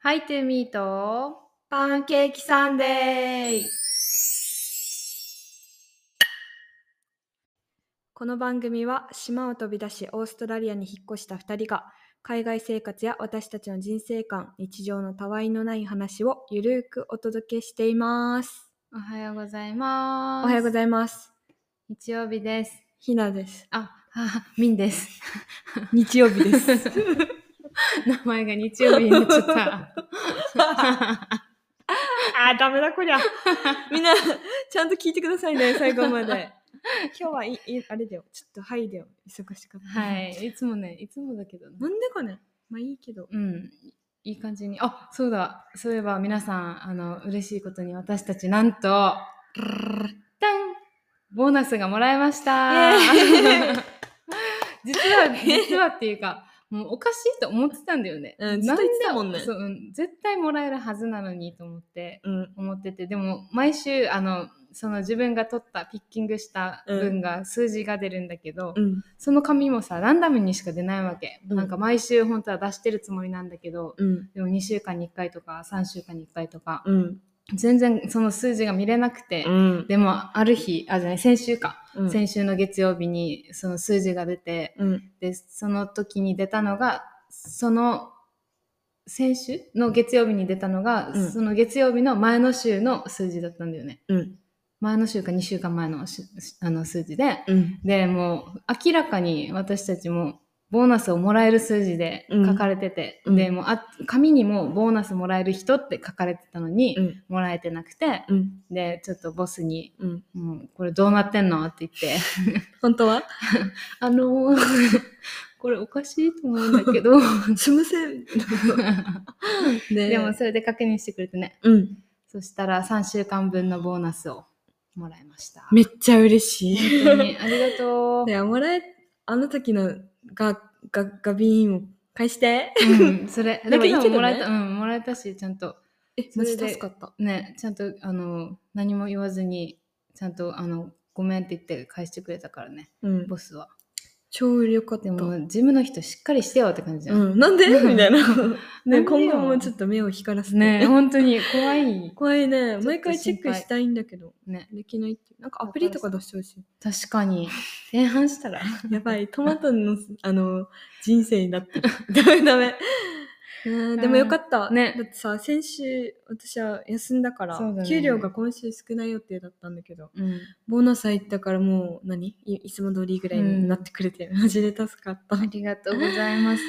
Hi to me とパンケーキサンデーこの番組は島を飛び出しオーストラリアに引っ越した2人が海外生活や私たちの人生観日常のたわいのない話をゆるーくお届けしていますおはようございます。おはようごいざいますます。日曜日です。ひなですあ、あみんです。 日曜日です 名前が日曜日になっちゃった。 あーダメだこりゃみんなちゃんと聞いてくださいね最後まで今日はいいあれだよちょっとはいだよ忙しかったはい、いつもね、いつもだけどね。なんでかねまあいいけどうん、いい感じに。あ、そうだ。そういえば皆さん、あの、嬉しいことに私たちなんと、ダンボーナスがもらえましたイエーイ 実は、実はっていうか、もうおかしいと思ってたんだよね。 うんずっと言ってたもんねなだそう、うん、絶対もらえるはずなのにと思って、うん思ってて、でも毎週、あの、その自分が取った、ピッキングした分が数字が出るんだけど、うんその紙もさランダムにしか出ないわけ、うんなんか毎週本当は出してるつもりなんだけどうんでも2週間に1回とか3週間に1回とかうん全然その数字が見れなくて、んでもある日あじゃない先週か、うん先週の月曜日にその数字が出てうんでその時に出たのがその先週の月曜日に出たのが、うんその月曜日の前の週の数字だったんだよねうん前の週か2週間前のししあの数字で、うんでもう明らかに私たちもボーナスをもらえる数字でうん書かれてて、うんでもうあ紙にもボーナスもらえる人って書かれてたのに、うんもらえてなくてうんでちょっとボスにうん「もうこれどうなってんの?」って言 って本当は「あのーこれおかしいと思うんだけど」すみませんねでもそれで確認してくれてねうんそしたら3週間分のボーナスをもらいましためっちゃ嬉しい本当にありがとうい、やもらえあの時のががガビーンを返してうん、そ れでもいいけどねもらえた、うん、もらえたしちゃんとえマジ助かったね、ちゃんとあの何も言わずにちゃんとあのごめんって言って返してくれたからねうんボスは超よかったでも事務の人しっかりしてよって感じじゃん、うんなんでみたいなでねよ今後もちょっと目を光らせてね 本当に怖い怖いねょっと毎回チェックしたいんだけどねできないっていうなんかアプリとか出してほしい確かに前半したらやばい、トマトの、あの、人生になってる。ダメダメ。うんでもよかった。ねだってさ、先週、私は休んだから、そうだね給料が今週少ない予定だったんだけど、うんボーナス入ったからもう何、いいつも通りぐらいになってくれて、マジで助かった。ありがとうございます あ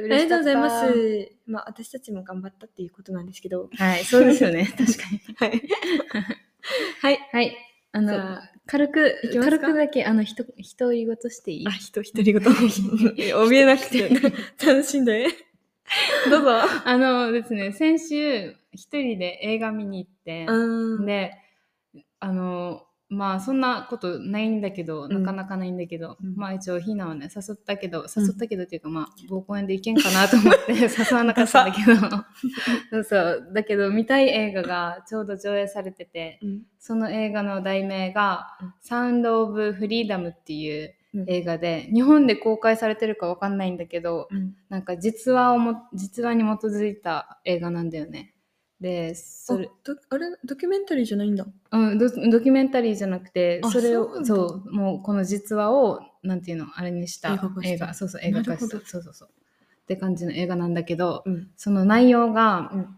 り嬉しがかとうごっざいたます。まあ、私たちも頑張ったっていうことなんですけど。はいそうですよね確かにはい。はい。はいあじのゃあ、軽くいきますか軽くだけあのひと独り言していいあ、人一人ごと。怯えなくて、楽しんで。どうぞ。あのですね先週一人で映画見に行って、うん。であのまあそんなことないんだけど、なんかなかないんだけど、うんまあ一応ひなはね誘ったけど誘ったけどっていうか、まあ某公園で行けんかなと思って 誘わなかったんだけど そうそうだけど見たい映画がちょうど上映されててうんその映画の題名がうん「サウンド・オブ・フリーダム」っていううん映画で、日本で公開されてるかわかんないんだけど、うんなんか実話をも実話に基づいた映画なんだよね。でそれあどあれドキュメンタリーじゃないんだ。うん、ドドキュメンタリーじゃなくてあそれそうなをんだそうもうこの実話をなんていうのあれにした映画化した映画そうそう映画化しなるほたそうそうそうって感じの映画なんだけど、うんその内容が、うん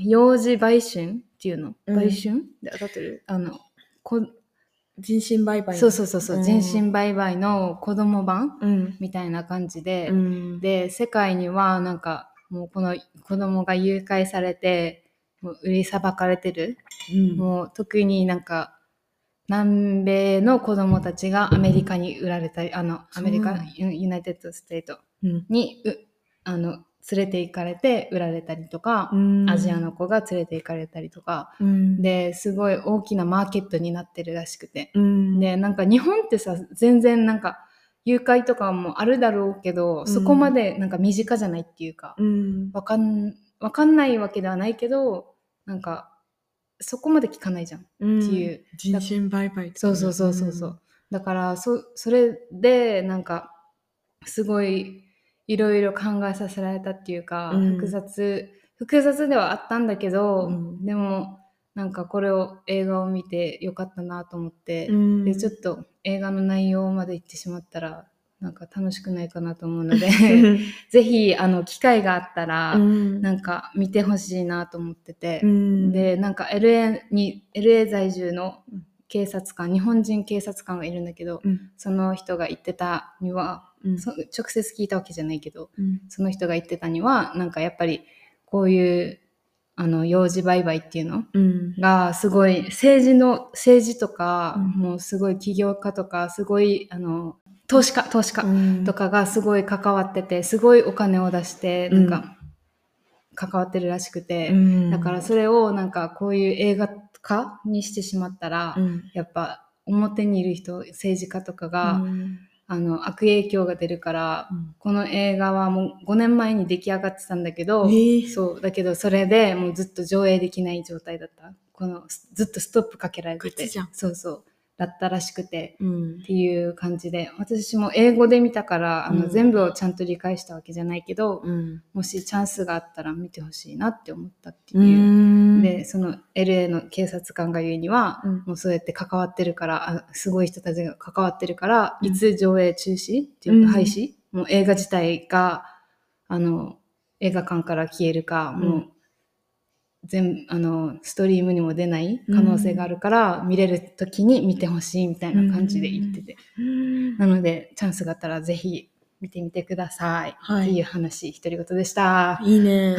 幼児売春っていうのうん売春、で当たってるあのこ人身売買。そうそうそうそう、うん人身売買の子供版うん。みたいな感じで、うん。で世界にはなんかもうこの子供が誘拐されてもう売りさばかれてるうん、もう特になんか南米の子供たちがアメリカに売られたりあのアメリそうカなんだユユナイテッド・ステイトうんにうあの連れて行かれて売られたりとか、うん。アジアの子が連れて行かれたりとかうん。、ですごい大きなマーケットになってるらしくてうん。でなんか日本ってさ全然なんか誘拐とかもあるだろうけどそこまでなんか身近じゃないっていうか、うん。わかんわかんないわけではないけどなんかそこまで聞かないじゃんうん。っていう。人身売買とかそうそうそうそうそう。だからそそれでなんかすごいいろいろ考えさせられたっていうか、うん複雑複雑ではあったんだけど、うんでもなんかこれを映画を見てよかったなと思って、んでちょ っと映画の内容まで行ってしまったらなんか楽しくないかなと思うので ぜひあの機会があったら、うんなんか見てほしいなと思っててう、んでなんか LA に LA 在住のうん警察官日本人警察官がいるんだけどうんその人が言ってたには、うんそ直接聞いたわけじゃないけどうんその人が言ってたにはなんかやっぱりこういうあの幼児売買っていうのうんがすごい政治の政治とか、うんもうすごい起業家とかすごいあの投資家投資家うんとかがすごい関わっててすごいお金を出してなんか関わってるらしくて、うんだからそれをなんかこういう映画化にしてしまったら、うんやっぱ表にいる人政治家とかが、うんあの悪影響が出るからうんこの映画はもう5年前に出来上がってたんだけど、えーそうだけどそれでもうずっと上映できない状態だったこのすずっとストップかけられてガてチじゃんそうそうだったらしくてうんっていう感じで私も英語で見たからあの、うん全部をちゃんと理解したわけじゃないけど、うんもしチャンスがあったら見てほしいなって思ったってういう、んでその LA の警察官が言うには、うんもうそうやって関わってるからあすごい人たちが関わってるから、うんいつ上映中止っていううんか廃止、もう映画自体があの映画館から消えるか、んもう全あのストリームにも出ない可能性があるから、見れる時に見てほしいみたいな感じで言ってて、うんなのでチャンスがあったらぜひ見てみてください、はいっていう話独り言でした。いいね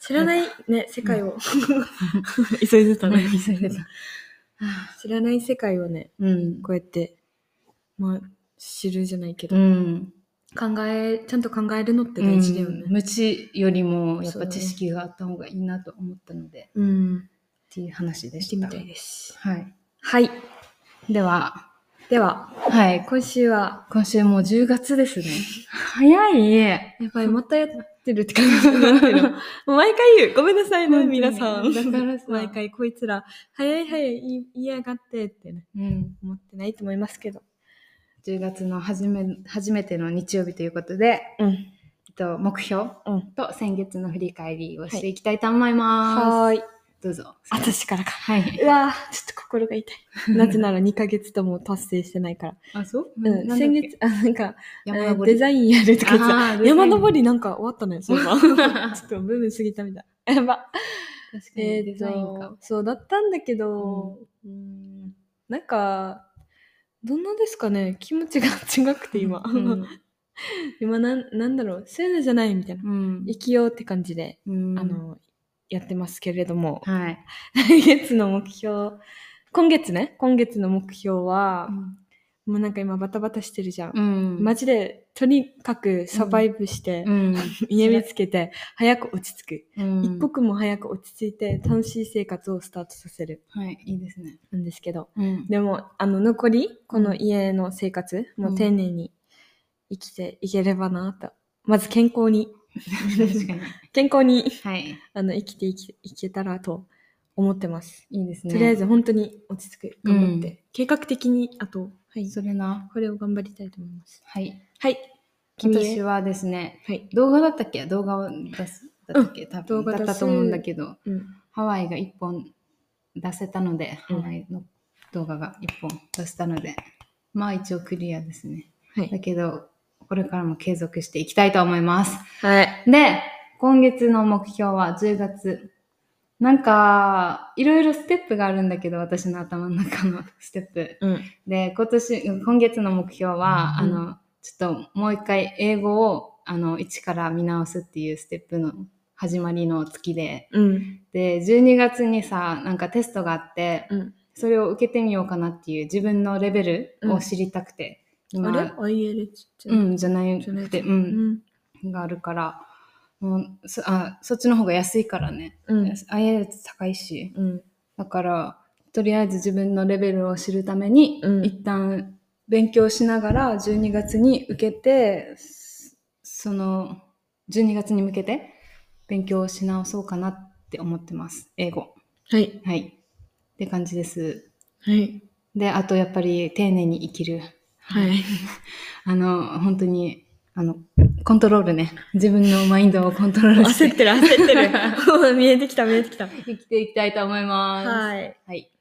知らないね世界を 急いでたね急い でた知らない世界をねうん。こうやってまあ知るじゃないけど、うん。考えちゃんと考えるのって大事だよねうん無知よりもやっそうだぱね知識があった方がいいなと思ったので、うん、っていう話で見してた。みたいですはい。はいでは、でははい。今週は今週もう10月ですね。早いね。やっぱりまたやってるって感じになってる もう毎回言うごめんなさいね本当に皆さんだからさ毎回こいつら早い早い言い言いやがってってねうん。思ってないと思いますけど10月の初め、初めての日曜日ということで、うんえっと、目標うんと先月の振り返りをしていきたいと思います。はーいどうぞ。私からかはい。うわーちょっと心が痛いなぜなら2ヶ月とも達成してないから あ、そううん先月、あ、なんか、え山ー登デり。ザインやるとかさ、あー山登り。りなんか終わったね、そう いえばちょっとブーム過ぎたみたい。 やば。確かにえデー、ザインかと。、そうだったんだけど、うんなんか、どんなですかね、気持ちが 違くて今。うん 今なん、なんだろう、そういうのじゃないみたいな。 うん生きようって感じで、うんあの、やってますけれども、 はい。来月の目標、今月ね、今月の目標は、もうなんか今バタバタしてるじゃんうんマジで、とにかくサバイブして、うん。家見つけて、早く落ち着く、うん一刻も早く落ち着いて、楽しい生活をスタートさせるはい、いいですね。んですけど。うん。でも、あの、残り、この家の生活、もう丁寧に生きていければなと。まず健康に、確かに。健康に、はい。あの、生きていきいけたらと思ってます。いいですね。とりあえず、本当に落ち着く、頑張って、う計画的に、あと、はい、それな。これを頑張りたいと思います。はい。はい。君へ私はですね、はい。動画だったっけ動画を出す、だったっけ多動分、画出だすったと思うんだけど、うん。ハワイが一本出せたので、ハうんワイの動画が一本出せたので、まあ一応クリアですね。はいだ。けど、これからも継続していきたいと思います。はい。で、今月の目標は10月。なんか、いろいろステップがあるんだけど、私の頭の中の ステップ。うん。で、今年、今月の目標は、あうんの、ちょっともう一回英語を、あの、一から見直すっていうステップの始まりの月で、うん。で、12月にさ、なんかテストがあって、うんそれを受けてみようかなっていう自分のレベルを知りたくて。あ今れ ?IL じゃうん、じゃないじゃなくいて、う。うんん。があるから、もうそあそっちの方が安いからね。うん。 IELTS 高いし。うん。だから、とりあえず自分のレベルを知るために、うん一旦勉強しながら12月に受けて、そその、12月に向けて勉強し直そうかなって思ってます。英語。はい。はい。って感じです。はい。で、あとやっぱり丁寧に生きる。はい。 あの、本当にあの、コントロールね。自分のマインドをコントロールし焦っててる、焦って る。見えてきた、見えてきた。生きていきたいと思います。い。はい。はい。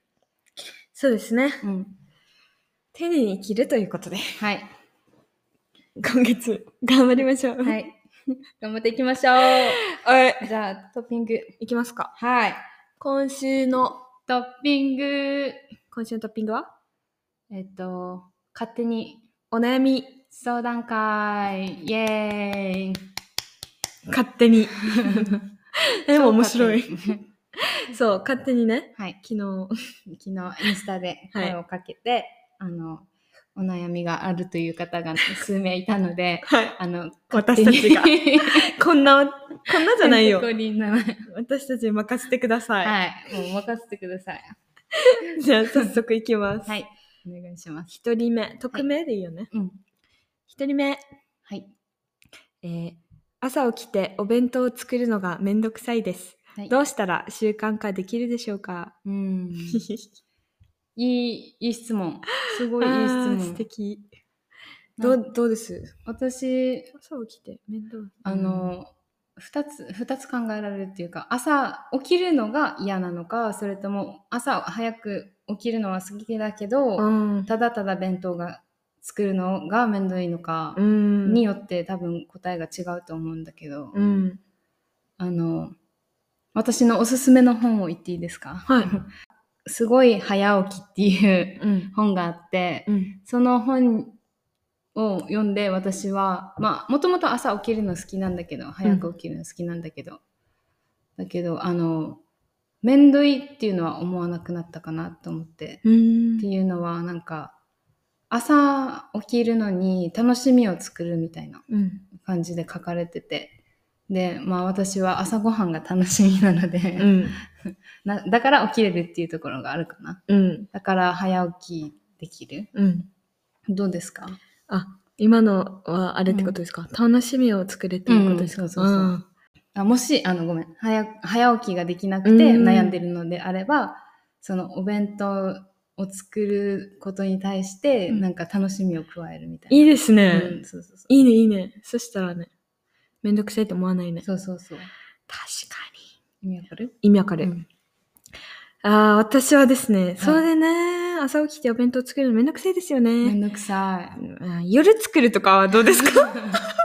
そうですね。うん。丁寧に生きるということで、はい。今月、頑張りましょう。。はい い。頑張っていきましょう。は い。じゃあ、トッピング。いきますか。はい。今週の、トッピング。今週のトッピングはえっと、勝手にお悩み、相談会。イエーイ。勝手 に。 でも面白い超。勝手に。そう、勝手にね、 はい。昨日、昨日、インスタで声をかけて、あの、お悩みがあるという方が数名いたの で、はい、あの、私 たちが、こんな、こんなじゃない よこ。こに名前私たちに任せてください。はい。もう任せてください。じゃあ、早速いきます。はい。お願いします。一人目、匿名でいいよね。うん。一人目、はい。えー朝起きてお弁当を作るのがめんどくさいです。はいどうしたら習慣化できるでしょうかうん。いい質いい、いい質問。すごいいい質問。素敵。どう、どうです私、朝起きて面倒。あの、二つ、二つ考えられるっていうか、朝起きるのが嫌なのか、それとも朝早く起きるのは好きだけど、うん、うん。ただただ弁当が作るのが面倒いのかう、ん。によって多分答えが違うと思うんだけど、うん。あの、私のおすすめの本を言っていいですかはい。すごい早起きっていううん。本があって、うん。その本を読んで私はまあもともと朝起きるの好きなんだけど早く起きるの好きなんだけど、だけどあの面倒いっていうのは思わなくなったかなと思って、うんって。いうのはなんか朝起きるのに楽しみを作るみたいなうん。感じで書かれててでまあ私は朝ごはんが楽しみなので、うん。 なだから起きれるっていうところがあるかなうん。だから早起きできるうん。どうですかあ、今のはあれってことですか、楽しみを作れっていうことですか、うんそうそうそうんあもし、あの、ごめん早、早起きができなくてうん悩んでるのであれば、そのお弁当を作ることに対して、うんなんか楽しみを加えるみたいな。いいですね、うん、そうそうそう。いいね、いいね。そしたらね、めんどくさいと思わないね。確そうそうそう。かに。意味わかる意味わかる。うんああ、私はですね、それでね、朝起きてお弁当作るのめんどくさいですよめんね。どくさい。うん夜作るとかはどうで すか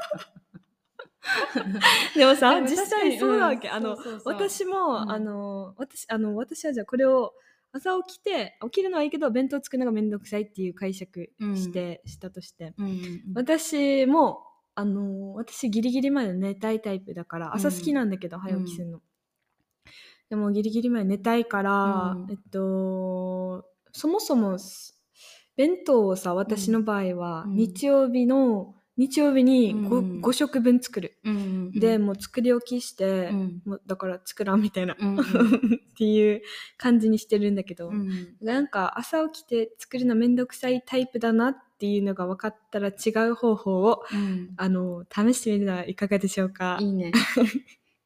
でもさ、でも実確かに際そうなわけ。うんあのそうそうそう私も、うんあの、私、あの、私はじゃあこれを、朝起きて、起きるのはいいけど、弁当作るのがめんどくさいっていう解釈して、したとして。うんうん私もあのー私ギリギリまで寝たいタイプだから朝好きなんだけど、早起きするの、でもギリギリまで寝たいから、うんえっとそもそもす弁当をさ私の場合は、うん日曜日の日曜日に 5,、うん五食分作る、うんうんうん。でもう作り置きして、うんもうだから作らんみたいな、うんっていう感じにしてるんだけど、うんなんか朝起きて作るのめんどくさいタイプだなっていうのが分かったら違う方法をうんあの試してみるのはいかがでしょうか。いいね。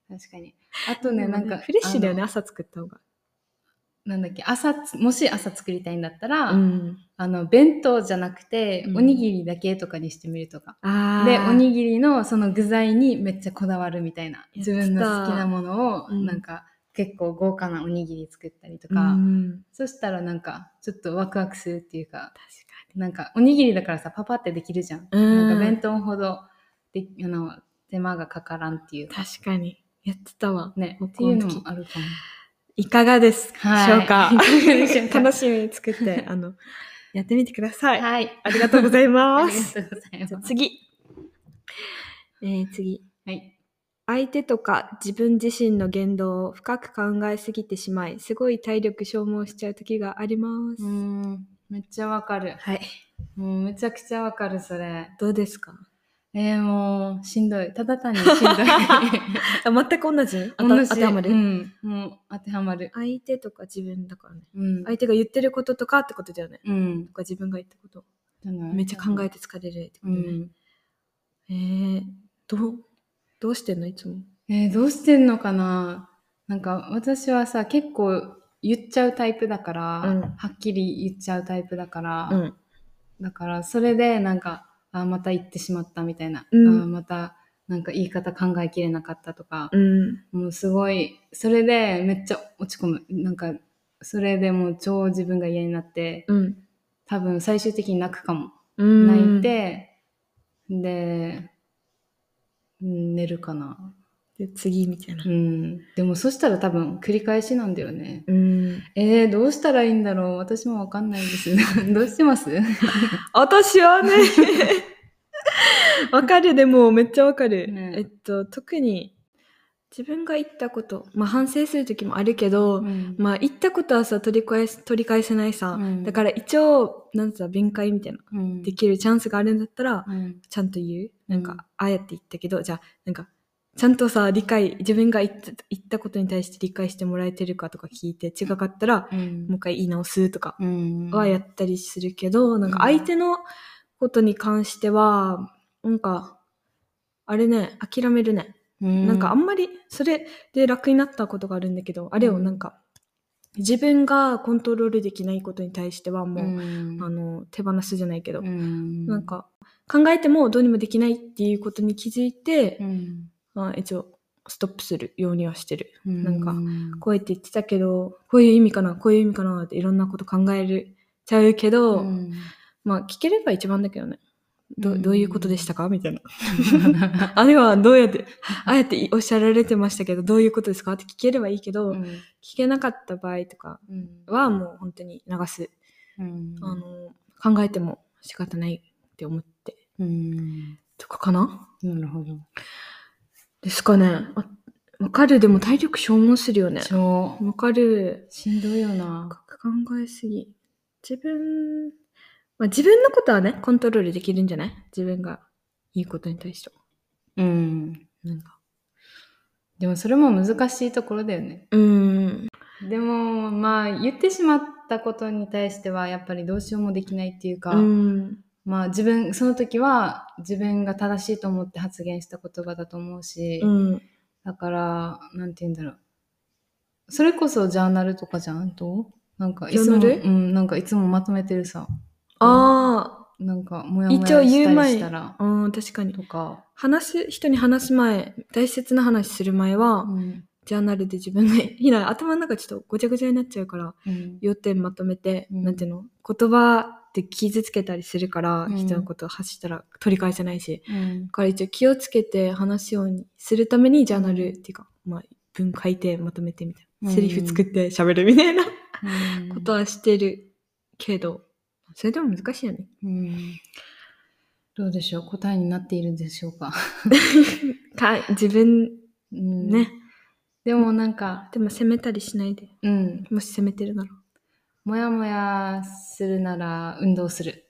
確かに。あとでね、もなんか、フレッシュだよねあの朝作った方が。なんだっけ、朝つ、もし朝作りたいんだったら、ん、あの、弁当じゃなくてう、んおにぎりだけとかにしてみるとか。あで、おにぎぎりのその具材にめっちゃこだわるみたいな。やって自た分の好きなものを、うんなんか、結構豪華なおにぎり作ったりとか。うん、そしたらなんか、ちょっとワクワクするっていうか、確なんか、おにぎりだからさ、パパってできるじゃん。うんなんか、弁当ほど、で、あの、手間がかからんっていうかに確かにやってたわ。ね。高っ校ていうのの時もあるかも。いかがですでしはいょうか。いかがでしょうか楽しみに 作ってあのやってみてください。はい。ありがとうございあまりす。がとうございます。じゃあ次、えー、次。はい。相手とか自分自身の言動を深く考えすぎてしまい、すごい体力消耗しちゃう時があります。うん、めっちゃわかる。はい。もうめちゃくちゃわかる、それ。どうですかえー、もう、しんどい。ただ単にしんどい。 あ全く同じあた同じ当てはまる、うん。もう、当てはまる。相手とか自分だからねうん。相手が言ってることとかってことだよねうんと。か自分が言ったことじゃないめっちゃ考えて疲れるってこうとね、ん。えー、どうどうしてんのいつもえー、どうしてんのかななんか、私はさ、結構言っちゃうタイプだから、うんはっきり言っちゃうタイプだから、うんだから、それで、なんか、あーまた行ってしまったみたいな、うんあーまたなんか言い方考えきれなかったとか、うん。もうすごいそれでめっちゃ落ち込むなんかそれでもう超自分が嫌になってうん。多分最終的に泣くかもうん泣い。て、でうん寝るかなで次みたいなう。んでもそしたら多分繰り返しなんだよねうん。えー、どうしたらいいんだろう私もわかんないです。 どうしてます私はね、わかる、でもめっちゃわかる。ねえっと、特に自分が言ったこと、まあ反省する時もあるけど、まあ言ったことはさ、取り返す、取り返せないさ。うんだから一応、なんつうの、弁解みたいな、うんできるチャンスがあるんだったら、うんちゃんと言う。なんか、うんあえて言ったけど、じゃあ、なんか、ちゃんとさ、理解、自分が言った言ったことに対して理解してもらえてるかとか聞いて、違かったら、うんもう一回言い直すとかうんはやったりするけど、なんかうん相手のことに関しては、なんか、あれね、諦めるね。なんかあんまり、それで楽になったことがあるんだけど、あれをなんか、自分がコントロールできないことに対してはもう、うんあの、手放すじゃないけど、うんなんか、考えてもどうにもできないっていうことに気づいてう、んまあ、一応、ストップするようにはしてる。なんかこうやって言ってたけど、こういう意味かな、こういう意味かなっていろんなこと考える、ちゃうけど、うんまあ、聞ければ一番だけどね。どうんどういうことでしたかみたいな。 あれはどうやって、 ああやっておっしゃられてましたけど、どういうことですかって聞ければいいけど、うん聞けなかった場合とかうんはもう本当に流す。うんあの、考えても仕方ないって思ってうんとかかななるほどですかね。あわかる。でも体力消耗するよね。超わかる。しんどいよな考えすぎ。自分、まあ自分のことはね、コントロールできるんじゃない自分がいいことに対しては。うんなんか。でもそれも難しいところだよねうん。でもまあ言ってしまったことに対してはやっぱりどうしようもできないっていうか、うん。まあ自分その時は自分が正しいと思って発言した言葉だと思うし、うん。だからなんて言うんだろうそれこそジャーナルとかじゃんとなんかいつもジャーナルうんなんかいつもまとめてるさあなんかモヤモヤ一応言うしたり前したらあ、うん、確かに。とか、話す、人に話す前、大切な話する前は、うんジャーナルで自分で、ひな、頭の中ちょっとごちゃごちゃになっちゃうから、うん要点まとめて、うんなんていうの、言葉って傷つけたりするから、うん人のことを発したら取り返せないし、うんだから一応気をつけて話すようにするために、ジャーナルっていうか、まあ、文書いてまとめてみたいな、うんセリフ作って喋るみたいなうんことはしてるけど、それでも難しいよね。うんどうでしょう答えになっているでしょうか、か自分うんね、でもなんかでも責めたりしないで。うんもし責めてるなら。もやもやするなら運動する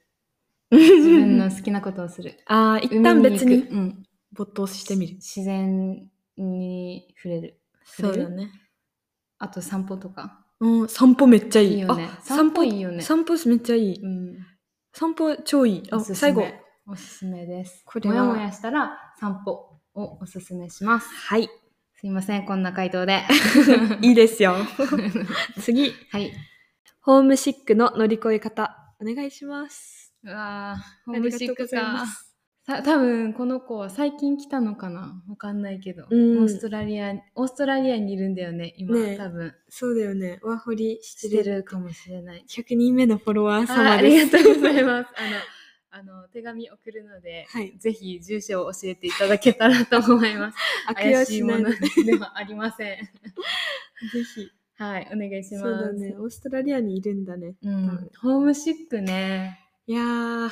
自自分の好きなことをするああ、 一旦別海行にくうん、没頭してみる。自然に触れるそうだね。あと散歩とかうん、散歩めっちゃいい。いいよねあ散歩いいよね散歩めっちゃいい。うん散歩超いい。あ、おすす最後。めおすすめですこれもはやもやしたら散歩をおすすめします はい。すいませんこんな回答 でいいです よ。次。はいホームシックの乗り越え方。お願いします。うわーホーありムがシとうッごクざいまかす。た多分この子は最近来たのかなわかんないけど、うんオーストラリアオーストラリアにいるんだよね今ねえ多分そうだよね。ワーホリししててる。るかもしれない100人目のフォロワーあ様あです。りがとうございます。あの、あの 手紙送るので、はいぜひ住所を教えていただけたらと思います。 悪用怪ししいなもいの で。ぜではありません。ひ。はい、お願いします。そうだね。オーストラリアにいるんだね。うん、ホームシックね。いやー、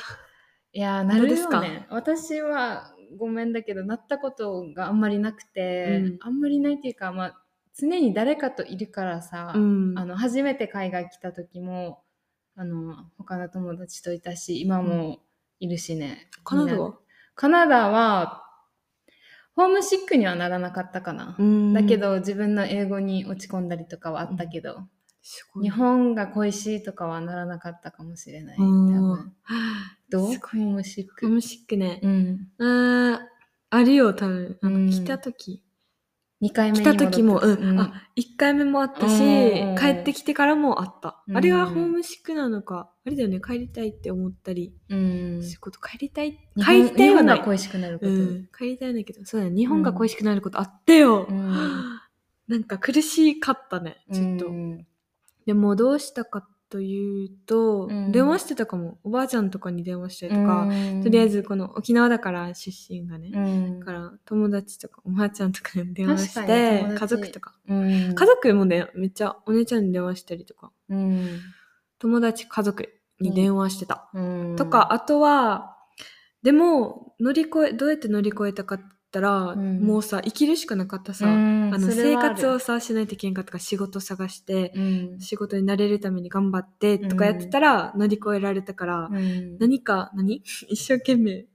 いやー、なるどようでね。私はごめんだけど、なったことがあんまりなくて、うんあんまりないっていうか、まあ、常に誰かといるからさ、うんあの初めて海外来た時もあの他の友達といたし今もいるしね、カナダみんなはカナダはホームシックにはならなかったかな、だけ、ど自分の英語に落ち込んだりとかはあったけど、すごい日本が恋しいとかはならなかったかもしれない、う多ん分どうすホームシッホーク、ムシックね。うんあーあるよ、多分。あうのん来た時、 2回目来に戻たって時も、うんうんあ1回目もあったし、うん帰ってきてからもあった、うんあれはホームシックなのかあれだよね帰りたいって思ったり、うんそういうこと帰りたい日帰本りたいはな日本がい、恋しくなること、うん、帰りたいんだけどそうだね日本が恋しくなることあったよ、うんなんか苦しかったねちょっと、うんでもどうしたかというと、うん電話してたかもおばあちゃんとかに電話したりとか、とりあえ、ずこの沖縄だから出身がね、うんだから友達とかおばあちゃんとかに電話し確かにて友達家族とかうん家族もねめっちゃお姉ちゃんに電話したりとかうん友達家族に電話してた、うんとかあとはでも乗り越えどうやって乗り越えたかって言ったら、うんもうさ生きるしかなかったさ、うんあのそれ生はある活をさしないといけんかとか仕事探してうん仕事になれるために頑張ってとかやってたら乗り越えられたから、うん何か何 一生懸命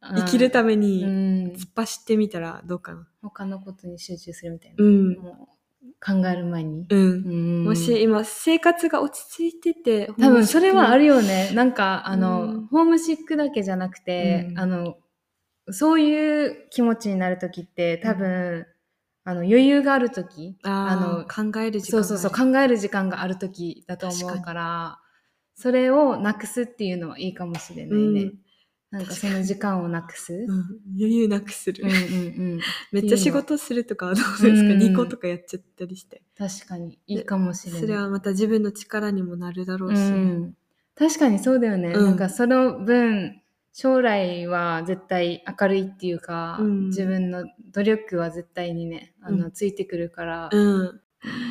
生きるためうにん突っ走ってみたらどうかな他のことに集中するみたいな、うんもう考える前に、うんうんもし今生活が落ち着いてて多分それはあるるよねなんかあの、うんホームシックだけじゃなくて、うんあのそういう気持ちになる時って多分、あの余裕がある時ああの考える時そ間うそうそうがある考える時間がある時だと思うから確それをなくすっていうのはいいかもしれないね、うんなんかその時間をなくす、うん、余裕なくする、うんうんうん、めっちゃ仕事するとかはどうですうか、ん二個とかやっちゃったりして確かにいいかもしれないそれはまた自分の力にもなるだろうし、うん、確かにそうだよね、うんなんかその分将来は絶対明るいっていうか、うん自分の努力は絶対にねあの、うんついてくるから、うん、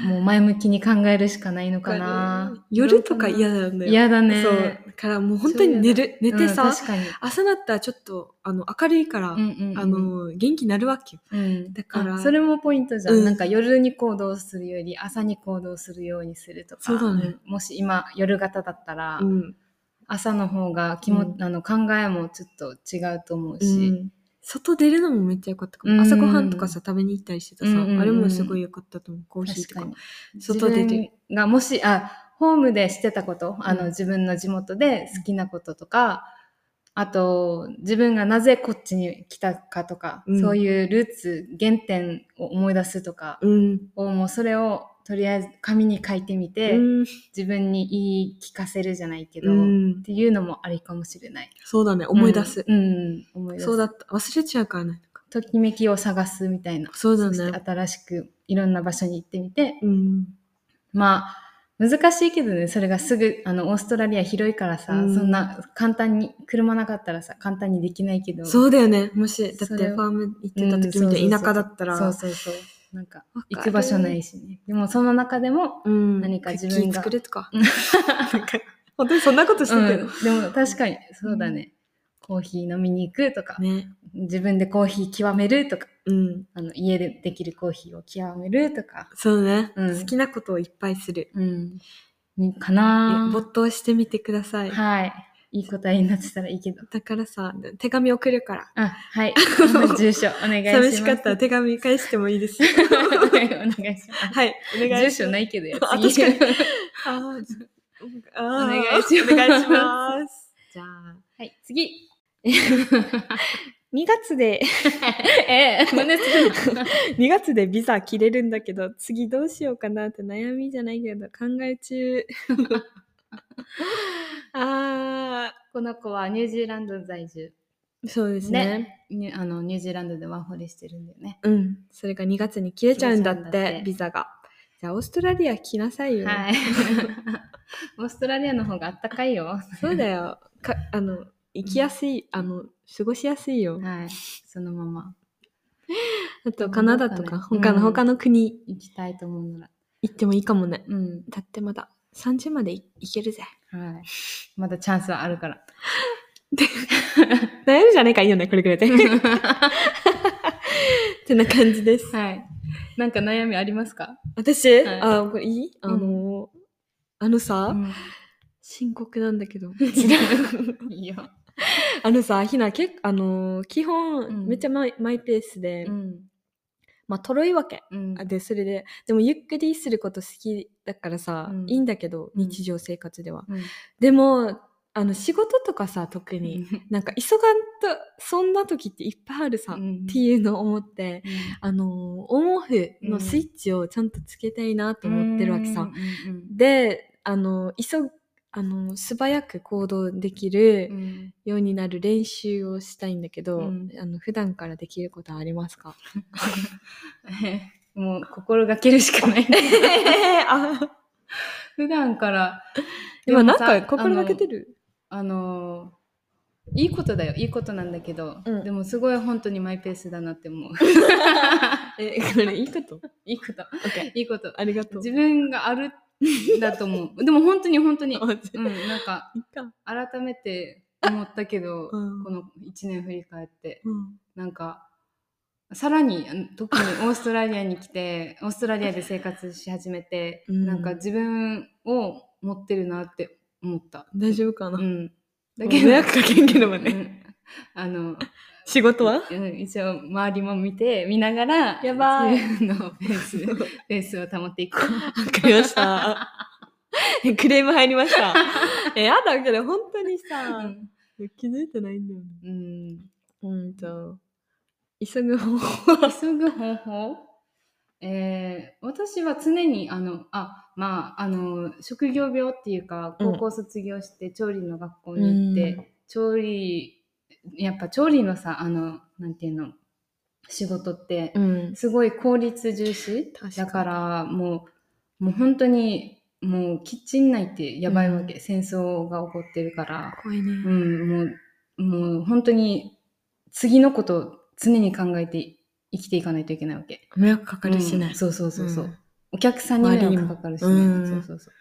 もう前向きに考えるしかないのかな夜とか嫌だよね嫌だねそうだからもう本当に寝る寝てさ、うん確かに、朝だったらちょっとあの明るいから、うんうんうんあ、の元気になるわけようんだからあそれもポイントじゃん、うんなんか夜に行動するより朝に行動するようにするとかそうだねもし今夜型だったら、うん朝の方が気も、うんあの考えもちょっと違うと思ううし、ん外出るのもめっちゃ良かったかも、うん朝ごはんとかさ食べに行ったりしてたさ、うんうんうんあれもすごい良かったと思うコーヒー確とかかに外出自て分がもしあホームでしてたことあの、うん自分の地元で好きなこととかあと自分がなぜこっちに来たかとか、うんそういうルーツ原点を思い出すとかうん、を、もうそれをとりあえず紙に書いてみて、うん自分に言い聞かせるじゃないけど、うっん、ていうのもありかもしれないそうだね思い出す、うん、うん思い出すそうだった忘れちゃうからねときめきを探すみたいなそうだそしてね新しくいろんな場所に行ってみてうんまあ難しいけどねそれがすぐあのオーストラリア広いからさ、うんそんな簡単に車なかったらさ簡単にできないけどそうだよねもしだっそてれフをァーム行っうんてた時みたいに田舎だったら、そうそうそうなんかわかる行く場所ないしねでもその中でも、うん、何か自分がクッキー作るとかうんなんか本当にそんなことしてうんたでよ、も確かにそうだね、コーヒー飲みに行くとか、ね自分でコーヒー極めるとかうんあの家でできるコーヒーを極めるとか、そうね、うん好きなことをいっぱいするうん、にかな没頭してみてください。はいいい答えになってたらいいけどだからさ、手紙送るから。あはい 住所お願いします寂しかったら手紙返してもいいですよ。 お願いします。はい、お願いします。住所ないけどやあ次確 あーあーお願いしますお願いします。じゃあ、はい、次。 2月で、 えー、胸する。 2月でビザ切れるんだけど、次どうしようかなって悩みじゃないけど、考 え中。あこの子はニュージーランド在住。ー、そうですね。ニュあのニュージーランドでワンホリしてるんだよね。うん。それが2月に切れちゃうんだ切って、れちゃうんだってビザが。じゃあ、オーストラリア来なさいよ。はい。 オーストラリアの方があったかいよ。はそうだよ。かあの行きやすい、あの過ごしやすいよ。い。そのままあとカナダとかそうだねう他の、ん他の国行きたいと思うなら。行ってもいいかもね。うん。だってまだ30までい行ける ぜ。はい。まだチャンスはある から。悩むじゃないかいいよねこれくらいで。ってな感 じです。はい。なんか悩みありますか？私、はいあこれいいあのーあのさ、うん深刻なんだけど。いいよ。 あのさひなけあのー基本、うんめっちゃマイマイペースで、ん。まあとろいわけ。うんあでそれででもゆっくりすること好きだからさ、うんいいんだけどうん日常生活では、うんでもあの仕事とかさ特になんか急がんとそんな時っていっぱいあるさ、うっんていうのを思ってあのオンオフのスイッチをちゃんとつけたいなと思ってるわけさ、うんうんであの急ぐあの素早く行動できうるんようになる練習をしたいんだけど、うんあの普段からできることはありますかうんもう心がけるしか ない。 あ普段から。 今なんでかもさ心がけてるあのいいことだよいいことなんだけど、うんでもすごい本当にマイペースだなって 思うえこれいいこといいこと オッケーいいことありがとう自分があるんだと思うでも本当に本当に、あじうん、なんかいいか改めて思ったけど、うんこの1年振り返ってうんなんかさらにうん特にオーストラリアに来て オーストラリアで生活し始めて、うんなんか自分を持ってるなって思った。大丈夫かな、うん、だけど迷惑かけんけどもね、うんあ の、仕事はうん、一応周りも見て、見ながら、やばい自分のペー ス、ペースを保っていこう。わかりました。え クレーム入りま した。え、やだけど、本当にうさ、ん気づいてないんだよね。うん、うんと、急ぐ方法 は。急ぐ方法えー私は常に、あの、あ、まあ、あの、職業病っていうか、うん高校卒業して調理の学校に行って、調理、やっぱ調理のさ、あの、なんていうの、仕事って、うん。すごい効率重視確かだにからもうもう本当にもうキッチン内ってやばいわけ、う戦争が起こってるから、怖いうね。ん、もうもう本当に次のことを常に考えて生きていかないといけないわけ。迷惑かかるしうねん。そうそうそうそう、んお客さんに迷惑かかるしね、周りにもうんそうそうそう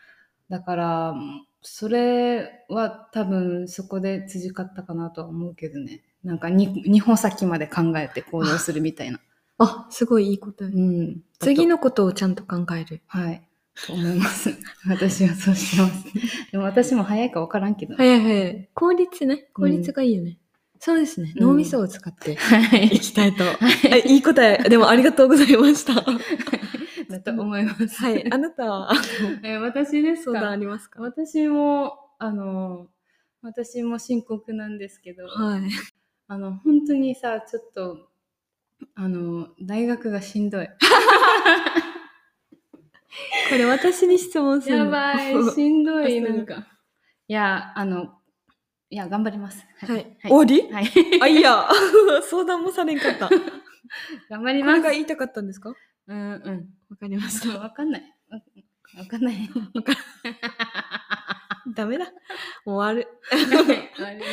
だからそれは多分そこで培ったかなとは思うけどねなんかに二歩先まで考えて行動するみたいな、あ、すごいいいことう。ん、次のことをちゃんと考える。はい。と思います。 私はそうしてます。でも私も早いか分からんけど。はいはいはい。効率ね。効率がいいよね。そうですね。うん脳みそを使 ってはいい。きたいと。えいい答え。でもありがとうございました。 だと思います。 はい。あなたは、 えー私です相談あかりますか私も、あの、私も深刻なんですけど、はい。あの、本当にさ、ちょっと、あの、大学がしんどい。これ私に質問する やのば い、しん どい、などうするんか。いや、あの、いや、頑張ります。はい。はい。終 わりはい、あ、いや。 相談もされんかった。 こ頑張りまれすが。言いたかったんですかわうんうん。かりました。わかんない。わわかん ない。 ダメだ。終わる。終わりましょ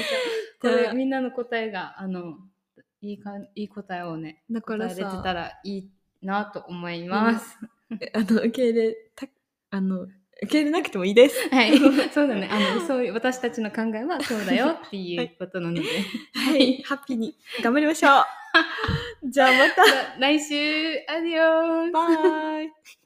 うこじゃれあみんなの答えがあのいいかんいい答えをねだか答らえれてたさ、らいいなと思います。 あの、受け入れた、あの、受け入れなくてもいいです。はい、 そうだね。あのそういう私たちの考えはそうだよっていうことなので、 はい。ハッピーに頑張りま しょう。じゃあま来週アディオースた。バイ。